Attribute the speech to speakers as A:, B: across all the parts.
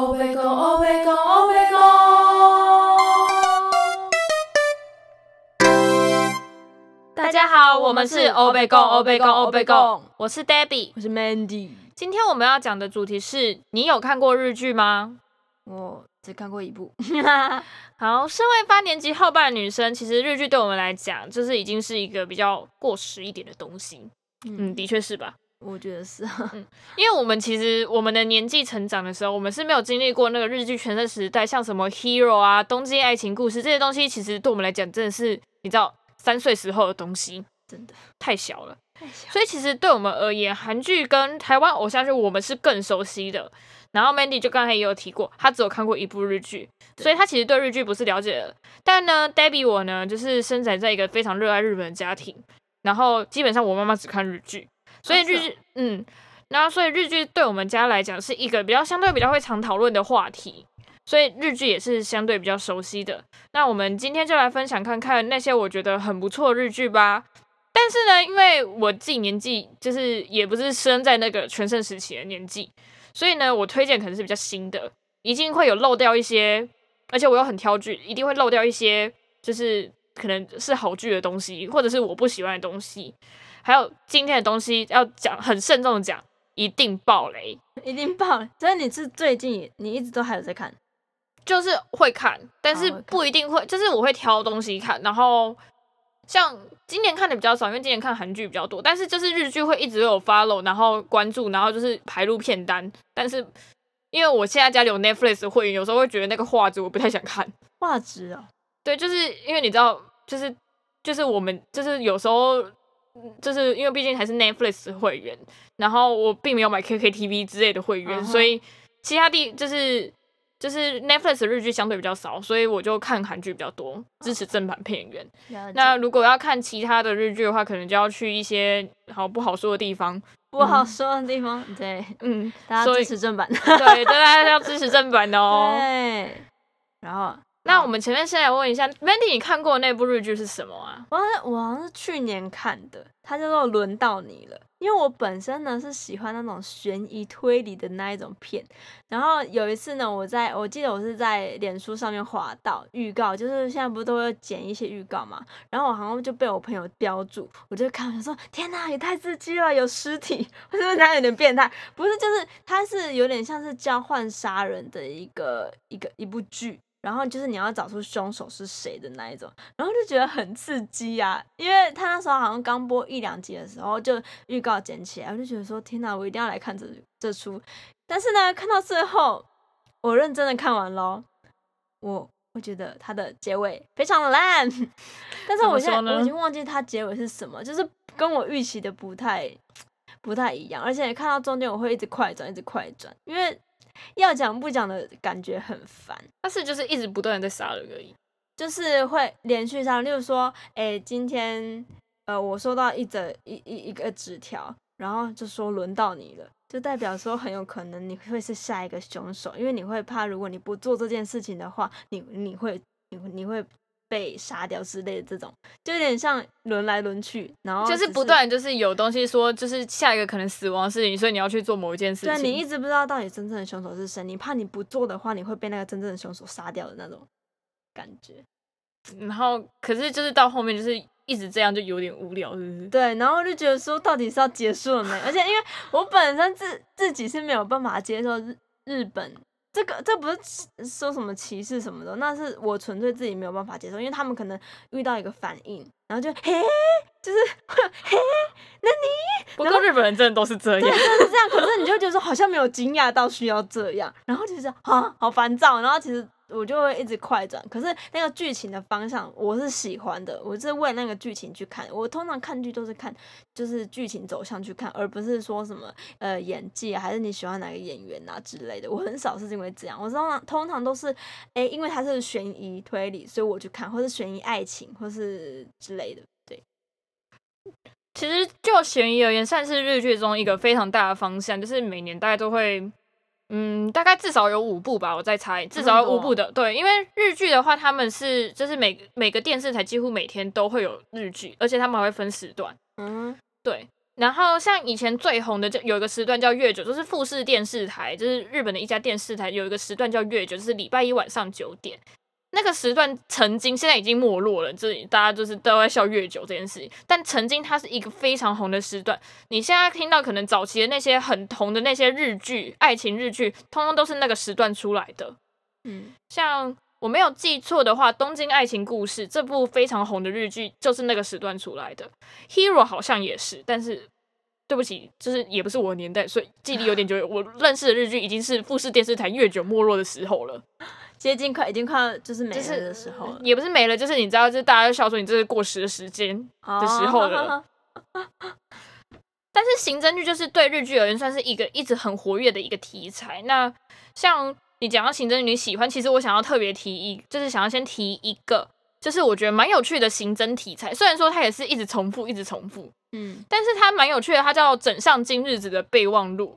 A: 欧贝公，欧贝公，欧贝公。
B: 大家好，我们是欧贝贡，欧贝贡，欧贝贡，我是 Debbie。
C: 我是 Mandy，
B: 今天我们要讲的主题是你有看过日剧吗？
C: 我只看过一部，
B: 好，身为八年级后半的女生，其实日剧对我们来讲，就是已经是一个比较过时一点的东西。嗯，
C: 嗯，
B: 的确是吧？
C: 我觉得是，
B: 因为我们其实我们的年纪成长的时候，我们是没有经历过那个日剧全盛时代，像什么 Hero 啊、东京爱情故事这些东西，其实对我们来讲真的是你知道三岁时候的东西，
C: 真的
B: 太小了。
C: 太小，
B: 所以其实对我们而言，韩剧跟台湾偶像剧我们是更熟悉的。然后 Mandy 就刚才也有提过，她只有看过一部日剧，
C: 对
B: 所以她其实对日剧不是了解的。但呢，Debbie 我呢，就是生长在一个非常热爱日本的家庭，然后基本上我妈妈只看日剧，所以
C: 哦是
B: 日
C: 哦
B: 剧，嗯，然后所以日剧对我们家来讲是一个比较相对比较会常讨论的话题，所以日剧也是相对比较熟悉的。那我们今天就来分享看看那些我觉得很不错的日剧吧。但是呢，因为我自己年纪就是也不是生在那个全盛时期的年纪，所以呢，我推荐可能是比较新的，一定会有漏掉一些，而且我又很挑剧，一定会漏掉一些，就是可能是好剧的东西，或者是我不喜欢的东西。还有今天的东西要讲，很慎重的讲，一定爆雷，
C: 一定爆了。所以你是最近也你一直都还有在看，
B: 就是会看，但
C: 哦
B: 是
C: 会看
B: 不一定会，就是我会挑东西看，然后像今年看的比较少，因为今年看韩剧比较多，但是就是日剧会一直有 follow，然后关注，然后就是排入片单，但是。因为我现在家里有 Netflix 的会员，有时候会觉得那个画质我不太想看。
C: 画质哦，
B: 对，就是因为你知道，就是就是我们就是有时候，嗯就是因为毕竟还是 Netflix 会员，然后我并没有买 KKTV 之类的会员
C: 嗯哼
B: 所以其他地就是就是 Netflix 的日剧相对比较少，所以我就看韩剧比较多，支持正版片源。
C: 了解
B: 那如果要看其他的日剧的话，可能就要去一些好不好说的地方。
C: 不好说的地方，对，
B: 嗯，
C: 大家
B: 所以
C: 支持正版，
B: 对，大家要支持正版的哦。
C: 对。然后
B: 那我们前面先来问一下，Mandy，你看过的那部日剧是什么啊？
C: 我好像我好像是去年看的，它叫做《轮到你了》，因为我本身呢是喜欢那种悬疑推理的那一种片。然后有一次呢，我在我记得我是在脸书上面滑到预告，就是现在不是都会剪一些预告嘛，然后我好像就被我朋友标注，我就看，我想说天哪，也太刺激了，有尸体， 我是不是哪有点变态？不是，就是它是有点像是交换杀人的一个一个一部剧。然后就是你要找出凶手是谁的那一种，然后就觉得很刺激啊，因为他那时候好像刚播一两集的时候就预告剪起来，我就觉得说天哪，我一定要来看这这出。但是呢，看到最后，我认真的看完咯，我我觉得它的结尾非常的烂， 但是
B: 怎么
C: 我现在
B: 说呢
C: 我已经忘记它结尾是什么，就是跟我预期的不太不太一样，而且看到中间我会一直快转，一直快转，因为要讲不讲的感觉很烦。
B: 但是就是一直不断的在杀人而已。
C: 就是会连续上，例如说，哎、今天呃，我收到一则一一一个纸条，然后就说轮到你了，就代表说很有可能你会是下一个凶手，因为你会怕，如果你不做这件事情的话，你你会你你会被杀掉之类的这种，就有点像轮来轮去，然后
B: 就是
C: 只
B: 不断就是有东西说，就是下一个可能死亡的事情，所以你要去做某一件事情。
C: 对你一直不知道到底真正的凶手是谁，你怕你不做的话，你会被那个真正的凶手杀掉的那种感觉。
B: 然后可是就是到后面就是一直这样，就有点无聊，是不是？
C: 对，然后我就觉得说，到底是要结束了没？而且因为我本身自自己是没有办法接受日日本这个，这不是歧说什么歧视什么的，那是我纯粹自己没有办法接受，因为他们可能遇到一个反应，然后就嘿，就是会有嘿，
B: 不过日本人真的都是这样，
C: 就是这样。可是你就觉得说，好像没有惊讶到需要这样，然后就是啊，好烦躁。然后其实我就会一直快转，可是那个剧情的方向我是喜欢的，我是为那个剧情去看。我通常看剧都是看就是剧情走向去看，而不是说什么呃演技、啊、还是你喜欢哪个演员啊之类的。我很少是因为这样，我通常通常都是诶、因为它是悬疑推理，所以我去看，或是悬疑爱情，或是之类的。对，
B: 其实就悬疑而言，算是日剧中一个非常大的方向，就是每年大概都会，嗯，大概至少有五部吧，我在猜，至少有五
C: 啊
B: 部的。对，因为日剧的话，他们是就是每每个电视台几乎每天都会有日剧，而且他们还会分时段。
C: 嗯，
B: 对，然后像以前最红的就有一个时段叫月九，就是富士电视台，就是日本的一家电视台有一个时段叫月九，就是礼拜一晚上九点。那个时段曾经现在已经没落了，这里大家就是都在笑月九这件事情。但曾经它是一个非常红的时段，你现在听到可能早期的那些很红的那些日剧、爱情日剧，通通都是那个时段出来的。
C: 嗯，
B: 像我没有记错的话，《东京爱情故事》这部非常红的日剧就是那个时段出来的，《Hero》好像也是，但是对不起，就是也不是我的年代，所以记忆力有点久远。我认识的日剧已经是富士电视台越久没落的时候了，
C: 接近快已经快要就是没
B: 就是
C: 了的时候了
B: 也不是没了，就是你知道，就是大家就笑说你这是过时的时间。
C: 的
B: 时候
C: 哦
B: 了。但是刑侦剧就是对日剧而言算是一个一直很活跃的一个题材。那像你讲到刑侦剧，你喜欢，其实我想要特别提一，就是想要先提一个，就是我觉得蛮有趣的刑侦题材。虽然说它也是一直重复，一直重复，
C: 嗯，
B: 但是它蛮有趣的。它叫《枕上今日子的备忘录》，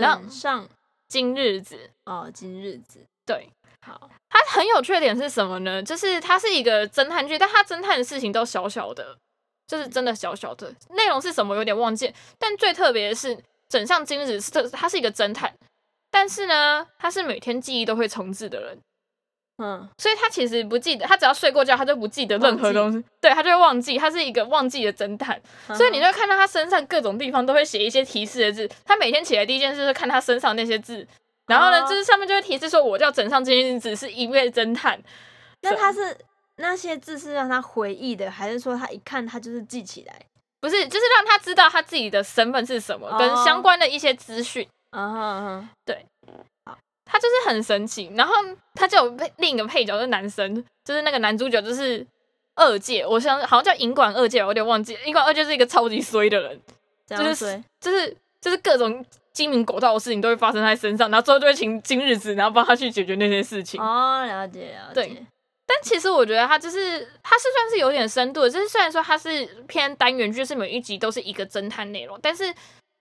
B: 然后
C: 枕上
B: 今日子
C: 哦，今日子
B: 对。
C: 好，
B: 它很有趣的点是什么呢？就是它是一个侦探剧，但它侦探的事情都小小的，就是真的小小的。内容是什么有点忘记，但最特别的是，整上今日是这，他是一个侦探，但是呢，他是每天记忆都会重置的人，
C: 嗯，
B: 所以他其实不记得，他只要睡过觉，他就不记得任何
C: 忘记啊
B: 东西，对他就会忘记，他是一个忘记的侦探。
C: 嗯
B: 所以你就会看到他身上各种地方都会写一些提示的字。他每天起来第一件事就是看他身上那些字，然后呢，
C: 哦
B: 就是上面就会提示说，我叫枕上金日子是一位侦探。
C: 那他是那些字是让他回忆的，还是说他一看他就是记起来？
B: 不是，就是让他知道他自己的身份是什么，跟
C: 哦
B: 相关的一些资讯。
C: 嗯哼嗯
B: 他就是很神奇，然后他就有配另一个配角，就是男生，就是那个男主角，就是二界，我想好像叫银管二界吧，我有点忘记。银管二界是一个超级衰的人，
C: 这
B: 就
C: 样
B: 是
C: 追，
B: 就是就是各种鸡鸣狗盗的事情都会发生在他身上，然后最后就会请金日子，然后帮他去解决那些事情。
C: 哦，了解了解，
B: 对，但其实我觉得它就是它是算是有点深度的，就是虽然说它是偏单元剧，就是每一集都是一个侦探内容，但是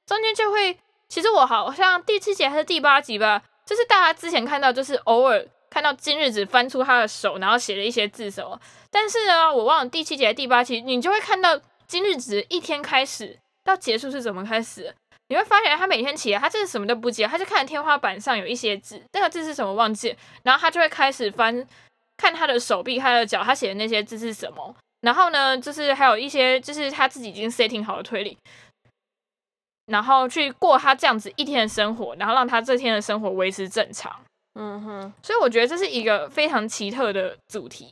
B: 中间就会，其实我好像第七集还是第八集吧，就是大家之前看到就是偶尔看到今日子翻出他的手，然后写了一些字什么，但是呢，我忘了第七集还是第八集，你就会看到今日子一天开始到结束是怎么开始的。你会发现，他每天起来，他就是什么都不记得，他就看着天花板上有一些字，那个字是什么忘记了，然后他就会开始翻看他的手臂、他的脚，他写的那些字是什么。然后呢，就是还有一些就是他自己已经 setting 好的推理，然后去过他这样子一天的生活，然后让他这天的生活维持正常。
C: 嗯哼，
B: 所以我觉得这是一个非常奇特的主题，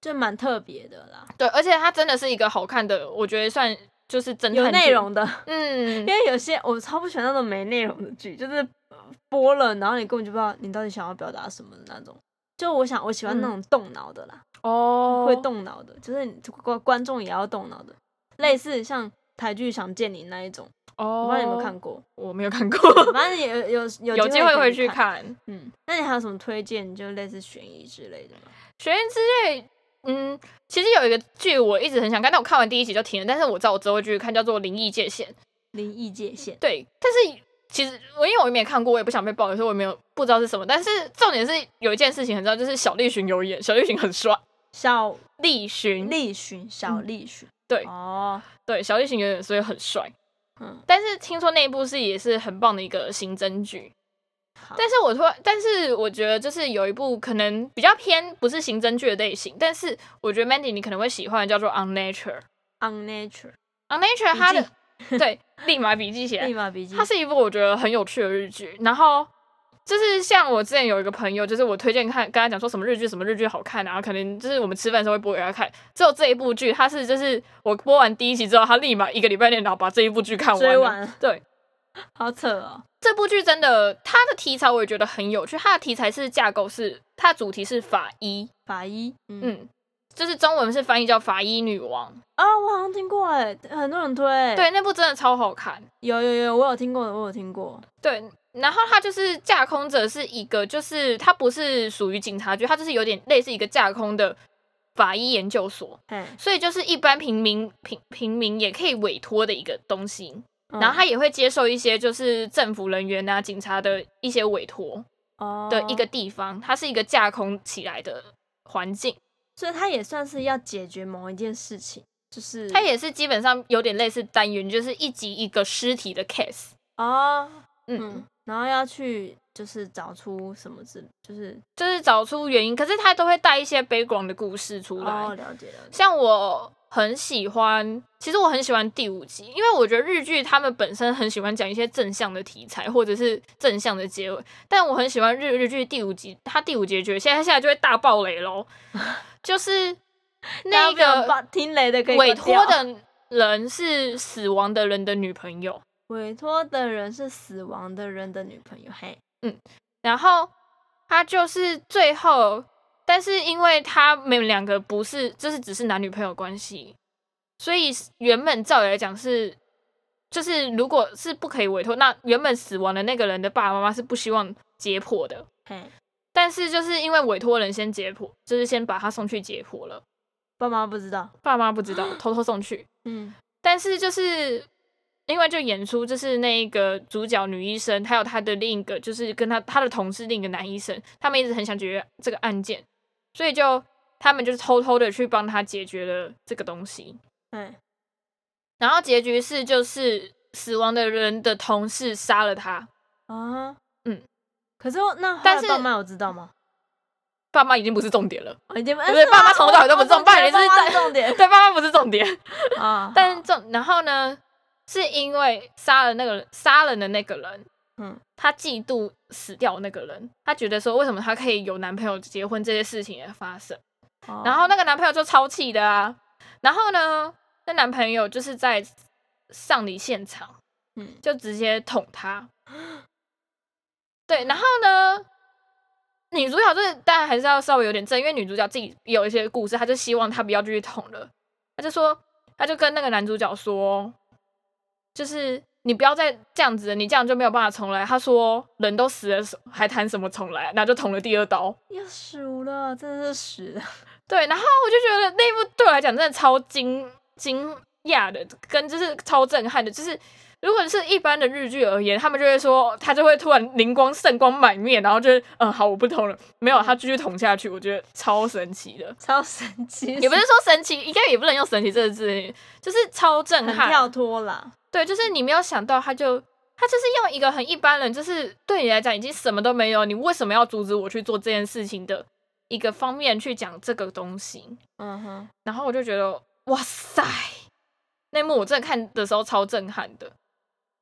C: 就蛮特别的啦，
B: 对，而且它真的是一个好看的，我觉得算就是侦探
C: 有内
B: 剧，
C: 容的。
B: 嗯
C: 因，为有些我超不喜欢那种没内容的剧，就是播了，然后你根本就不知道你到底想要表达什么的那种。就我想，我喜欢那
B: 嗯
C: 种动脑的啦，
B: 哦，
C: 会动脑的，就是你观观众也要动脑的，类似像台剧《想见你》那一种，
B: 哦，
C: 我不知道你有没有看，过，
B: 我没有看 过，
C: 反正也有有
B: 有机会
C: 可以
B: 会去。看。
C: 嗯，那你还有什么推荐？就类似悬疑之类的吗？
B: 学院之类，嗯，其实有一个剧我一直很想看，但我看完第一集就停了。但是我知道我之后会继续看，叫做《灵异界限》。
C: 灵异界限，
B: 对，但是其实我因为我也没看过，我也不想被爆雷，所以我也没有不知道是什么。但是重点是有一件事情很重要，就是小栗旬有演，小栗旬很帅。
C: 小
B: 栗旬，
C: 栗旬，小栗旬，
B: 嗯对
C: 哦，
B: 对，小栗旬有演，所以很帅。
C: 嗯，
B: 但是听说那一部是也是很棒的一个刑侦剧，
C: 好
B: 但是我突然，但是我觉得就是有一部可能比较偏不是刑侦剧的类型，但是我觉得 Mandy 你可能会喜欢，叫做《On Nature》。
C: On Nature，
B: 啊，Nature 它
C: 笔
B: 的对，立马笔记起来
C: 立。马笔记，
B: 它是一部我觉得很有趣的日剧，然后就是像我之前有一个朋友，就是我推荐看，跟他讲说什么日剧什么日剧好看啊，然后可能就是我们吃饭的时候会播给他看。只有这一部剧，它是就是我播完第一集之后，他立马一个礼拜内然后把这一部剧看完了。
C: 追完，
B: 对，
C: 好扯哦，
B: 这部剧真的，它的题材我也觉得很有趣，它的题材是架构是，它的主题是法医，
C: 法医，嗯
B: 嗯，就是中文是翻译叫法医女王，
C: 啊、我好像听过哎，很多人推。
B: 对，，那部真的超好看。
C: 有有有，我有听过，我有听过。
B: 对，然后他就是架空者是一个，就是他不是属于警察局，他就是有点类似一个架空的法医研究所，
C: 哎，
B: 所以就是一般平民平平民也可以委托的一个东西，
C: 嗯
B: 然后他也会接受一些就是政府人员啊、警察的一些委托
C: 哦
B: 的一个，地方，它是一个架空起来的环境。
C: 所以他也算是要解决某一件事情。就是
B: 它也是基本上有点类似单元，就是一集一个尸体的 case。
C: 哦，
B: 嗯，
C: 嗯，然后要去就是找出什么之，就是
B: 就是找出原因，可是它都会带一些悲广的故事出来。
C: 哦，了解了解，
B: 像我很喜欢，其实我很喜欢第五集，因为我觉得日剧他们本身很喜欢讲一些正向的题材或者是正向的结尾，但我很喜欢日日剧第五集，它第五集结局现在现在就会大爆雷 喽，就是那
C: 大家不要
B: 个
C: 把听雷的可以
B: 委
C: 关
B: 托
C: 掉
B: 的人是死亡的人的女朋友，
C: 委托的人是死亡的人的女朋友，嘿，
B: 然后他就是最后，但是因为他们两个不是，就是只是男女朋友关系，所以原本照理来讲是，就是如果是不可以委托，那原本死亡的那个人的爸爸妈妈是不希望解剖的，
C: 嘿，
B: 但是就是因为委托人先解剖，就是先把他送去解剖了，
C: 爸妈不知道，
B: 爸妈不知道，偷偷送去，
C: 嗯，
B: 但是就是因为就演出就是那一个主角女医生，还有她的另一个就是跟她她的同事另一个男医生，他们一直很想解决这个案件，所以就他们就是偷偷的去帮他解决了这个东西。
C: 嘿，
B: 然后结局是就是死亡的人的同事杀了他，
C: 啊，
B: 嗯，
C: 可是我那后
B: 但
C: 来
B: 是
C: 爸妈有知道吗？哦
B: 爸妈已经不是重点了，
C: 我已经不啊
B: 不是爸妈从头到尾都不重爸也是在
C: 重点
B: 对，爸妈不是重点。
C: 啊，
B: 但
C: 好
B: 重然后呢，是因为杀了那个人，杀人的那个人，
C: 嗯，
B: 他嫉妒死掉的那个人，他觉得说为什么他可以有男朋友结婚这些事情也发生，
C: 哦
B: 然后那个男朋友就超气的啊，然后呢，那男朋友就是在丧礼现场
C: 嗯，
B: 就直接捅他，对，然后呢？女主角就是，当然还是要稍微有点正，因为女主角自己有一些故事，她就希望他不要继续捅了，她就说，她就跟那个男主角说，就是你不要再这样子了，你这样就没有办法重来。他说人都死了，还谈什么重来？啊然后就捅了第二刀。
C: 要数了，真的是死了，
B: 对，然后我就觉得那一部对我来讲真的超惊惊讶的，跟就是超震撼的，就是。如果是一般的日剧而言，他们就会说他就会突然灵光圣光满面，然后就是嗯好我不捅了，没有他继续捅下去，我觉得超神奇的，
C: 超神奇，
B: 也不是说神奇，应该也不能用神奇这个字，就是超震
C: 很
B: 撼，
C: 跳脱啦，
B: 对，就是你没有想到，他就他就是用一个很一般人，就是对你来讲已经什么都没有，你为什么要阻止我去做这件事情的一个方面去讲这个东西。
C: 嗯哼，
B: 然后我就觉得，哇塞，那一幕我真的看的时候超震撼的。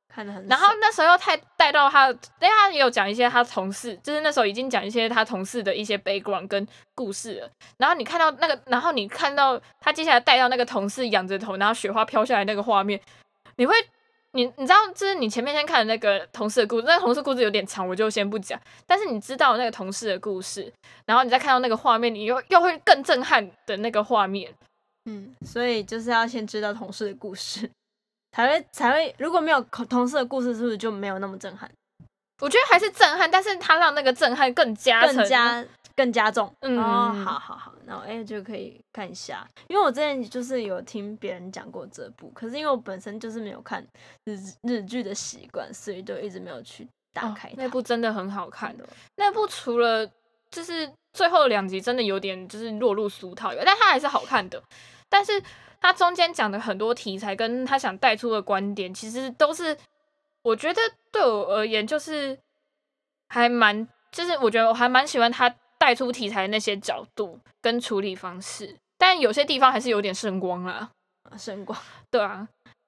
C: 看得很
B: 然后
C: 爽，
B: 那时候又太带到他，因为他也有讲一些他同事，就是那时候已经讲一些他同事的一些 background 跟故事了。然后你看到那个，然后你看到他接下来带到那个同事仰着头，然后雪花飘下来那个画面，你会，你你知道，就是你前面先看的那个同事的故事，那个同事故事有点长，我就先不讲。但是你知道那个同事的故事，然后你再看到那个画面，你又又会更震撼的那个画面。
C: 嗯，所以就是要先知道同事的故事，才会才会，如果没有同事的故事，是不是就没有那么震撼，
B: 我觉得还是震撼，但是他让那个震撼更加
C: 更
B: 成
C: 加更加重？
B: 嗯
C: 哦，好好好，那我哎、就可以看一下，因为我之前就是有听别人讲过这部，可是因为我本身就是没有看日日剧的习惯，所以就一直没有去打
B: 哦
C: 开它。嗯
B: 那部真的很好看哦
C: 的，
B: 那部除了就是最后两集真的有点就是落入俗套以外，但它还是好看的。但是它中间讲的很多题材跟他想带出的观点，其实都是我觉得对我而言就是还蛮，就是我觉得我还蛮喜欢他带出题材的那些角度跟处理方式，但有些地方还是有点圣光啊啦。
C: 神光，
B: 对啊，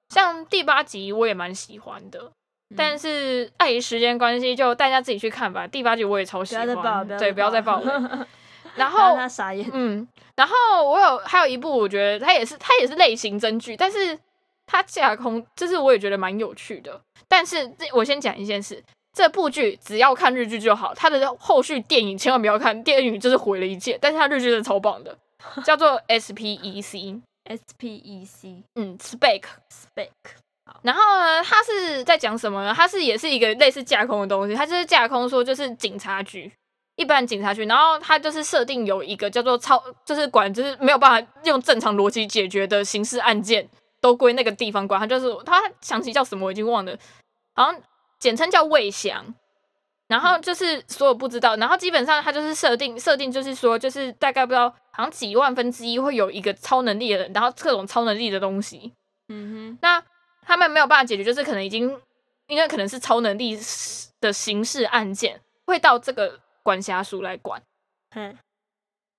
B: 像第八集我也蛮喜欢的， 但
C: 是
B: 是碍于时间关系，就大家自己去看吧。第八集我也超
C: 不
B: 喜
C: 要
B: 欢，
C: 再爆了，
B: 对，不要再爆
C: 了，
B: 了。
C: 不
B: 然
C: 要
B: 后
C: 让，他傻眼。
B: 嗯，然后我有还有一部，我觉得它也是它也是类型真剧，但是它架空，就是我也觉得蛮有趣的。但是这我先讲一件事，这部剧只要看日剧就好，它的后续电影千万不要看，电影就是毁了一切。但是它日剧真的超棒 的，叫做 S P E C，
C: S P E C
B: 嗯，Spec。
C: Spec，
B: 然后呢，它是在讲什么呢？它是也是一个类似架空的东西，它就是架空说就是警察局，一般警察局，然后它就是设定有一个叫做超，就是管就是没有办法用正常逻辑解决的刑事案件，都归那个地方管。它就是它详细叫什么我已经忘了，好像简称叫魏翔。然后就是所有不知道，然后基本上它就是设定设定，就是说就是大概不知道好像几万分之一会有一个超能力的人，然后各种超能力的东西，
C: 嗯
B: 那他们没有办法解决，就是可能已经应该可能是超能力的刑事案件会到这个管辖署来管，
C: 哼，嗯，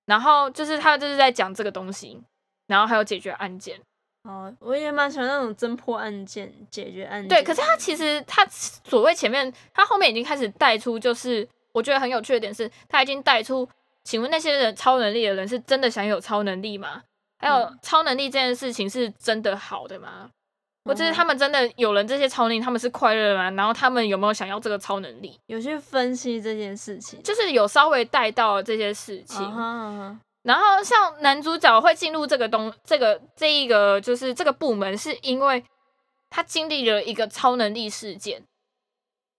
B: 然后就是他就是在讲这个东西，然后还有解决案件。
C: 哦，我也蛮喜欢那种侦破案件、解决案件。
B: 对，可是他其实他所谓前面，他后面已经开始带出，就是我觉得很有趣的点是，他已经带出，请问那些人超能力的人是真的想有超能力吗？还有
C: 嗯
B: 超能力这件事情是真的好的吗？或者是
C: 哦
B: 他们真的有人这些超能力，他们是快乐的吗？然后他们有没有想要这个超能力？
C: 有去分析这件事情，
B: 就是有稍微带到这些事情。
C: 啊哈啊哈
B: 然后像男主角会进入这个东这个这一个就是这个部门，是因为他经历了一个超能力事件。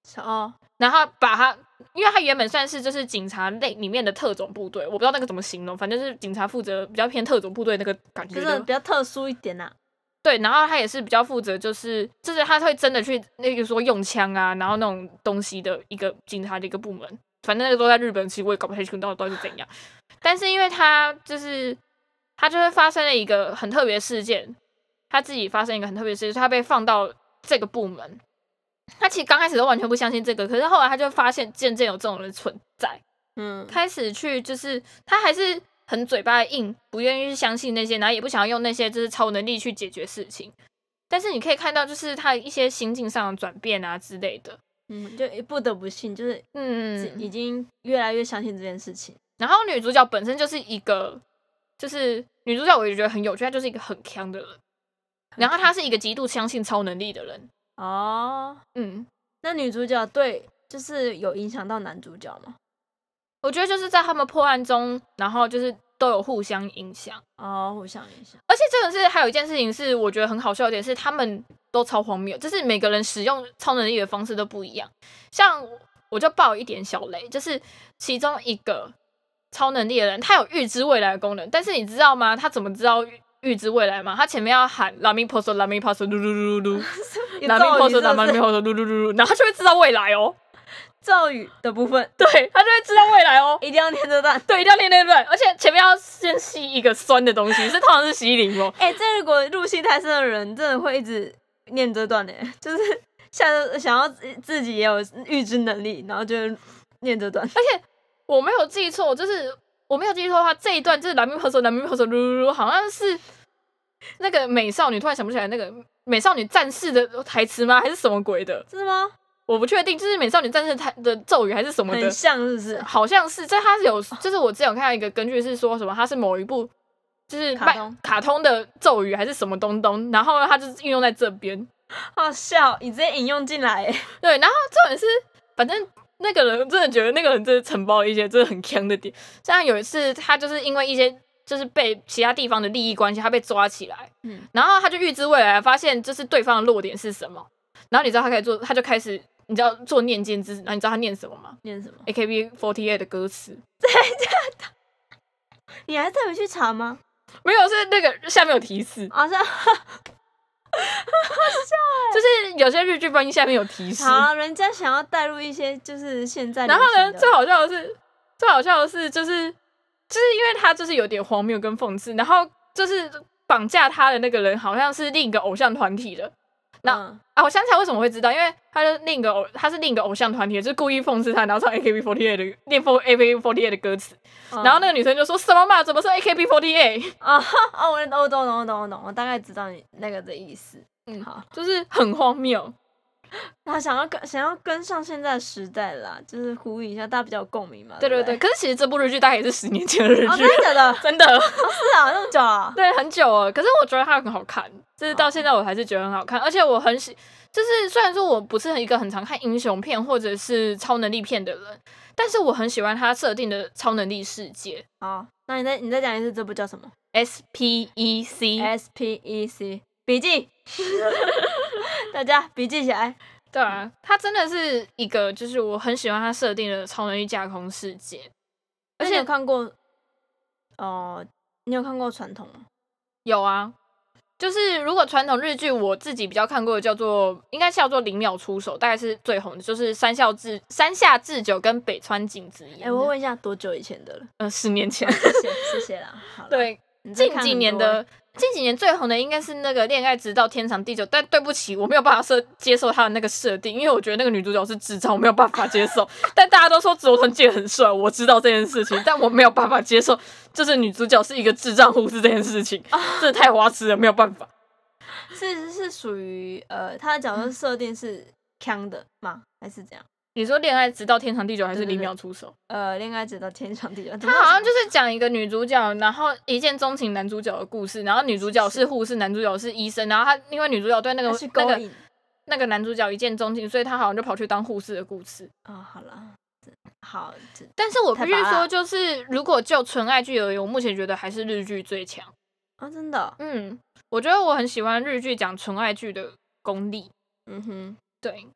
C: 是哦，
B: 然后把他，因为他原本算是就是警察类里面的特种部队，我不知道那个怎么形容，反正就是警察负责比较偏特种部队那个感
C: 就
B: 觉
C: 是
B: 的
C: 比。较特殊一点呐、
B: 对，然后他也是比较负责，就是就是他会真的去那个说用枪啊，然后那种东西的一个警察的一个部门，反正那个都在日本，其实我也搞不太清楚到底到底是怎样。但是因为他就是他就是发生了一个很特别的事件，他自己发生一个很特别的事件，就是他被放到这个部门。他其实刚开始都完全不相信这个，可是后来他就发现渐渐有这种人存在，
C: 嗯，
B: 开始去就是他还是很嘴巴硬，不愿意去相信那些，然后也不想要用那些就是超能力去解决事情。但是你可以看到，就是他一些心境上的转变啊之类的，
C: 嗯，就不得不信，就是已
B: 嗯。
C: 经越来越相信这件事情。
B: 然后女主角本身就是一个，就是女主角我也觉得很有趣，她就是一个很强的人，然后她是一个极度相信超能力的人，
C: 哦，
B: 嗯，
C: 那女主角对，就是有影响到男主角吗？
B: 我觉得就是在他们破案中，然后就是都有互相影响。
C: 哦，互相影 响。
B: 而且真的是还有一件事情是我觉得很好笑的点是，他们都超荒谬，就是每个人使用超能力的方式都不一样。像我就爆一点小雷，就是其中一个超能力的人，他有预知未来的功能，但是你知道吗？他怎么知道预预知未来吗？他前面要喊拉米波索拉米帕索噜噜噜噜，拉米波索拉 米波索噜噜噜噜，然后他就会知道未来哦，
C: 咒语的部分
B: 对他就会知道未来哦。
C: 一定要念这段。
B: 对，一定要练练对，而且前面要先吸一个酸的东西，是通常是吸哦柠檬，
C: 哎、这如果入戏太深的人，真的会一直念这段的， 就是想想要自自己也有预知能力，然后就念这
B: 哎
C: 段。
B: 我没有记错，就是我没有记错的话，这一段就是男女合手，男女合手，噜噜噜，好像是那个美少女，突然想不起来那个美少女战士的台词吗？还是什么鬼的？
C: 是吗？
B: 我不确定，就是美少女战士台的咒语还是什么的
C: 很，像是不是？
B: 好像是。啊这它是有，就是我之前有看到一个根据是说什么，它是某一部就是
C: 卡
B: 漫
C: 通
B: 卡通的咒语还是什么东东，然后呢，它就是运用在这边。
C: 好笑，你直接引用进来， 哎
B: 对，然后重点是，反正那个人真的觉得那个人真的承包了一些真的很坑的点。像有一次，他就是因为一些就是被其他地方的利益关系，他被抓起来，
C: 嗯
B: 然后他就预知未来，发现就是对方的弱点是什么，然后你知道他可以做，他就开始你知道做念经之，然后你知道他念什么吗
C: 念什么？
B: ？A K B forty eight 的歌词
C: 你还特别去查吗？
B: 没有，是那个下面有提示，
C: 好像
B: 就是有些日剧翻译下面有提示。
C: 好，人家想要带入一些就是现在流
B: 然后
C: 行的，
B: 呢，最好笑的是，最好笑的是，就是就是因为他就是有点荒谬跟讽刺，然后就是绑架他的那个人好像是另一个偶像团体的那
C: 嗯
B: 啊，我想起来为什么会知道，因为他是另一个偶，他是另一个偶像团体的，就是故意讽刺他，然后唱 AKB48 的念 for AKB48 的歌词，
C: 嗯哦
B: 然后那个女生就说什么嘛，怎么是 AKB48？
C: 啊哈 哦，我我懂我懂我懂我懂，我大概知道你那个的意思。
B: 嗯
C: 好，
B: 就是很荒谬。
C: 然后想要跟想要跟上现在的时代啦，就是呼应一下，大家比较有共鸣嘛。
B: 对
C: 嗯对
B: 对
C: 不
B: 对，可是其实这部日剧大概也是十年前的日
C: 哦，
B: 剧
C: 真，的假的？
B: 真的。
C: 是啊，那么久啊？
B: 对，很久了。可是我觉得它很好看，就是
C: 哦
B: 到现在我还是觉得很好看，而且我很喜，就是虽然说我不是一个很常看英雄片或者是超能力片的人，但是我很喜欢它设定的超能力世界
C: 好，那你再你再讲一次，这部叫什么
B: S P E C。
C: ？S P E C 笔记，大家笔记起来。
B: 对啊，它真的是一个，就是我很喜欢它设定的超能力架空世界，而
C: 那你有
B: 且
C: 看过哦、你有看过传统吗？
B: 有啊，就是如果传统日剧，我自己比较看过的叫做，应该叫做《零秒出手》，大概是最红的，就是山下智山下智久跟北川景子演的。
C: 哎、我问一下，多久以 前的了？
B: 呃，十年 前。
C: 谢谢，谢谢啦。好啦，
B: 对，
C: 你真
B: 近
C: 看
B: 几
C: 很
B: 年
C: 多欸
B: 的近几年最红的应该是那个《恋爱直到天长地久》，但对不起，我没有办法设接受他的那个设定，因为我觉得那个女主角是智障，我没有办法接 受。但大家都说佐藤健很帅，我知道这件事情，但我没有办法接受，就是女主角是一个智障护士这件事情，
C: 哦
B: 这太花痴了，没有办法。
C: 是是属于呃，他的角色设定是强的吗？还是怎样？
B: 你说《恋爱直到天长地久》还是《
C: 对对
B: 零
C: 对
B: 秒出手》？
C: 呃，恋爱直到天长地久。
B: 他好像就是讲一个女主角，然后一见钟情男主角的故事，然后女主角是护士，男主角是医生，然后他因为女主角对那个
C: 他去
B: 那
C: 勾
B: 个
C: 引
B: 那个男主角一见钟情，所以他好像就跑去当护士的故事。
C: 哦，好了，好，这
B: 但是我必须
C: 太拔辣
B: 说，就是如果就纯爱剧而言，我目前觉得还是日剧最强。
C: 哦，真的哦，
B: 嗯，我觉得我很喜欢日剧讲纯爱剧的功力。
C: 嗯哼，
B: 对，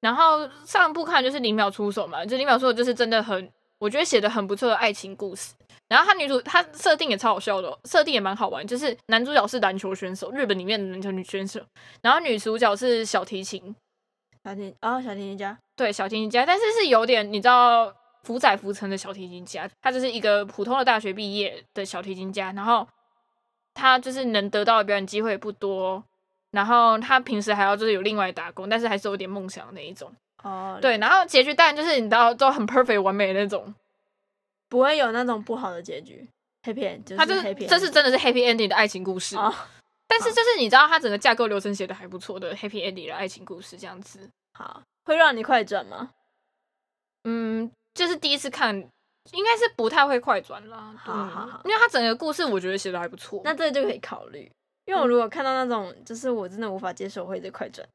B: 然后上一部看的就是《零秒出手》嘛，就《零秒出手》就是真的很，我觉得写的很不错的爱情故事。然后他女主，她设定也超好笑的哦、设定也蛮好玩，就是男主角是篮球选手，日本里面的篮球女选手，然后女主角是小提琴，
C: 小婷，哦，小婷婷家，
B: 对，小提琴家，但是是有点你知道浮载浮沉的小提琴家，他就是一个普通的大学毕业的小提琴家，然后他就是能得到的表演机会也不多，然后他平时还要就是有另外打工，但是还是有点梦想的那一种。
C: 哦，，
B: 对，然后结局当然就是你知道都很 perfect 完美的那种，
C: 不会有那种不好的结局，happy end，就
B: 他就是是
C: happy，
B: 这是
C: end
B: 真的是 happy ending 的爱情故事。
C: 哦，
B: 但是就是你知道他整个架构流程写的还不错的 happy ending 的爱情故事这样子。
C: 好，会让你快转吗？
B: 嗯，就是第一次看，应该是不太会快转啦。
C: 好
B: 嗯
C: 好好
B: 因为他整个故事我觉得写的还不错。
C: 那这个就可以考虑。
B: 嗯
C: 因为我如果看到那种，就是我真的无法接受，我会一直快转。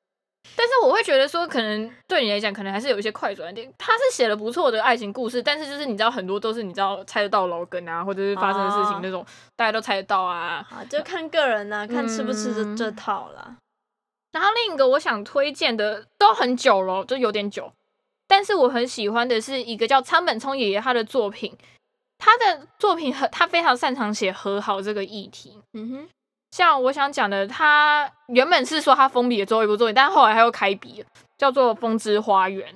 B: 但是我会觉得说，可能对你来讲，可能还是有一些快转的点。他是写了不错的爱情故事，但是就是你知道很多都是你知道猜得到老梗啊，或者是发生的事情
C: 哦
B: 那种，大家都猜得到啊。
C: 好，就看个人呐、看吃不吃这这
B: 嗯
C: 套啦。
B: 然后另一个我想推荐的都很久了，就有点久，但是我很喜欢的是一个叫仓本聪爷爷他的作品，他的作品很他非常擅长写和好这个议题。
C: 嗯哼，
B: 像我想讲的，他原本是说他封笔的最后一部作品，但后来他又开笔了，叫做《风之花园》。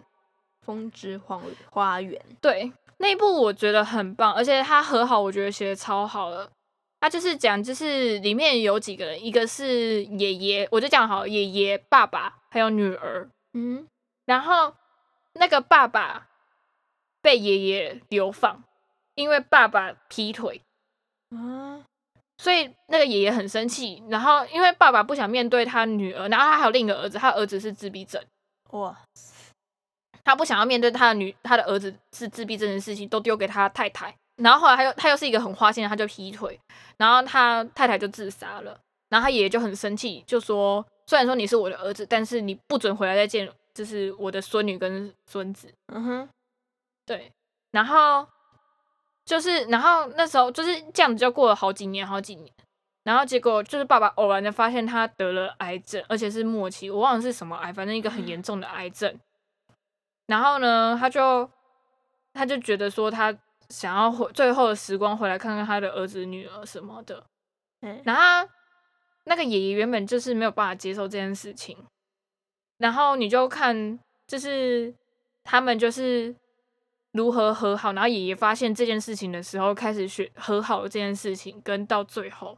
C: 风之花花园，
B: 对，那一部我觉得很棒，而且他和好我觉得写的超好了。他就是讲，就是里面有几个人，一个是爷爷，我就讲好爷爷、爸爸还有女儿，
C: 嗯，
B: 然后那个爸爸被爷爷流放，因为爸爸劈腿，
C: 啊，
B: 所以那个爷爷很生气。然后因为爸爸不想面对他女儿，然后他还有另一个儿子，他儿子是自闭症，
C: 哇，
B: 他不想要面对他的女他的儿子是自闭症的事情，都丢给他太太。然后后来他又他又是一个很花心的，他就劈腿，然后他太太就自杀了。然后他爷爷就很生气，就说：“虽然说你是我的儿子，但是你不准回来再见，就是我的孙女跟孙子。”
C: 嗯哼，
B: 对，然后就是，然后那时候就是这样子，就过了好几年，好几年。然后结果就是爸爸偶然的发现他得了癌症，而且是末期，我忘了是什么癌，反正一个很严重的癌症。然后呢，他就他就觉得说他想要回最后的时光回来看看他的儿子女儿什么的。
C: 哎、
B: 然后他那个爷爷原本就是没有办法接受这件事情，然后你就看就是他们就是如何和好，然后爷爷发现这件事情的时候，开始学和好这件事情，跟到最后，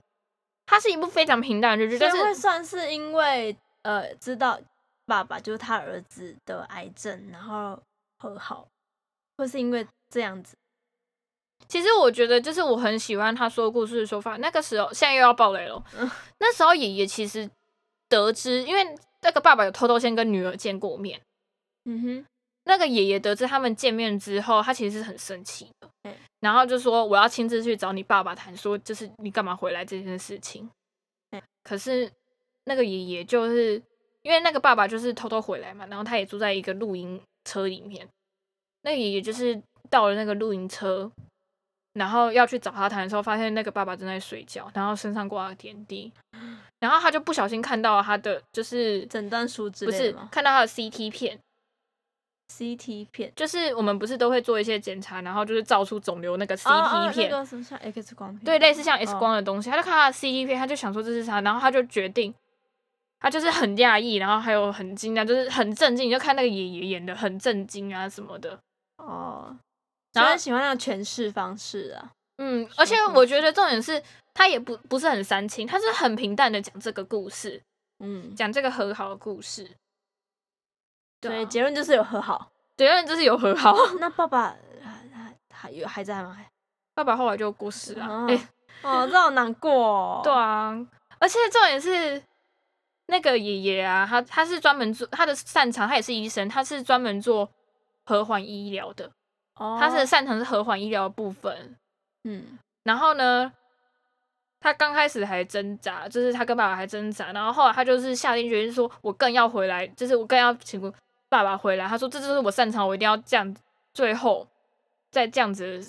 B: 它是一部非常平淡的日剧，
C: 所
B: 但
C: 以会
B: 是
C: 算是因为呃，知道爸爸就是他儿子得癌症，然后和好，或是因为这样子，
B: 其实我觉得就是我很喜欢他说故事的说法。那个时候现在又要爆雷了
C: 嗯，
B: 那时候爷爷其实得知，因为那个爸爸有偷偷先跟女儿见过面。
C: 嗯哼，
B: 那个爷爷得知他们见面之后，他其实是很生气的，
C: 嗯
B: 然后就说我要亲自去找你爸爸谈，说就是你干嘛回来这件事情。
C: 嗯
B: 可是那个爷爷就是因为那个爸爸就是偷偷回来嘛，然后他也住在一个露营车里面，那个爷爷就是到了那个露营车。然后要去找他谈的时候，发现那个爸爸正在睡觉，然后身上挂了点 滴，然后他就不小心看到他的就是
C: 诊断书之
B: 不
C: 类
B: 是
C: 的吗？
B: 看到他的 CT 片
C: CT 片
B: 就是我们不是都会做一些检查，然后就是照出肿瘤那个
C: 哦哦
B: CT 片，
C: 那个什么像 X 光片，
B: 对，类似像 X
C: 哦
B: 光的东西，他就看他的 CT 片，他就想说这是啥，然后他就决定，他就是很讶异，然后还有很惊讶，就是很震惊，你就看那个爷爷演的很震惊啊什么的，
C: 哦，
B: 然
C: 然
B: 后
C: 后喜欢那种诠释方式啊，
B: 嗯，而且我觉得重点是他也不不是很煽情，他是很平淡的讲这个故事，
C: 嗯，
B: 讲这个和好的故事。
C: 所
B: 对
C: 以
B: 啊，
C: 结论就是有和好。
B: 结论就是有和好。
C: 那爸爸还还还有还在吗？还
B: 爸爸后来就过世了。
C: 啊
B: 哎、
C: 哦，这好难过、哦。
B: 对啊，而且重点是那个爷爷啊，他他是专门做他的擅长，他也是医生，他是专门做和缓医疗的，
C: 哦，
B: 他是擅长是和缓医疗的部分。
C: 嗯，
B: 然后呢，他刚开始还挣扎，就是他跟爸爸还挣扎，然后后来他就是下定决心说，我更要回来，就是我更要请爸爸回来。他说这就是我擅长，我一定要这样，最后再这样子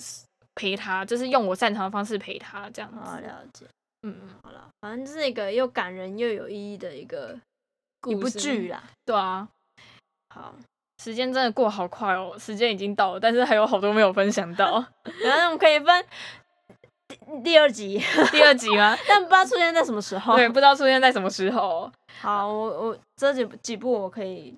B: 陪他，就是用我擅长的方式陪他这样子。
C: 好哦了解。
B: 嗯嗯，
C: 好了，反正就是一个又感人又有意义的一个一部
B: 故事
C: 剧啦。
B: 对啊，
C: 好，
B: 时间真的过好快哦，时间已经到了，但是还有好多没有分享 到。
C: 然后我们可以分第第二集，
B: 第二集 吗？
C: 但不知道出现在什么时候。
B: 对，不知道出现在什么时候，
C: 好，我我这几几部我可以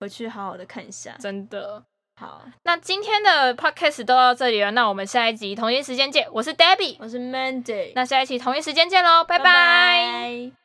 C: 回去好好的看一下。
B: 真的。
C: 好，
B: 那今天的 podcast 都到这里了，那我们下一集同一时间见。我是 Debbie，
C: 我是 Mandy，
B: 那下一期同一时间见喽，拜拜
C: 拜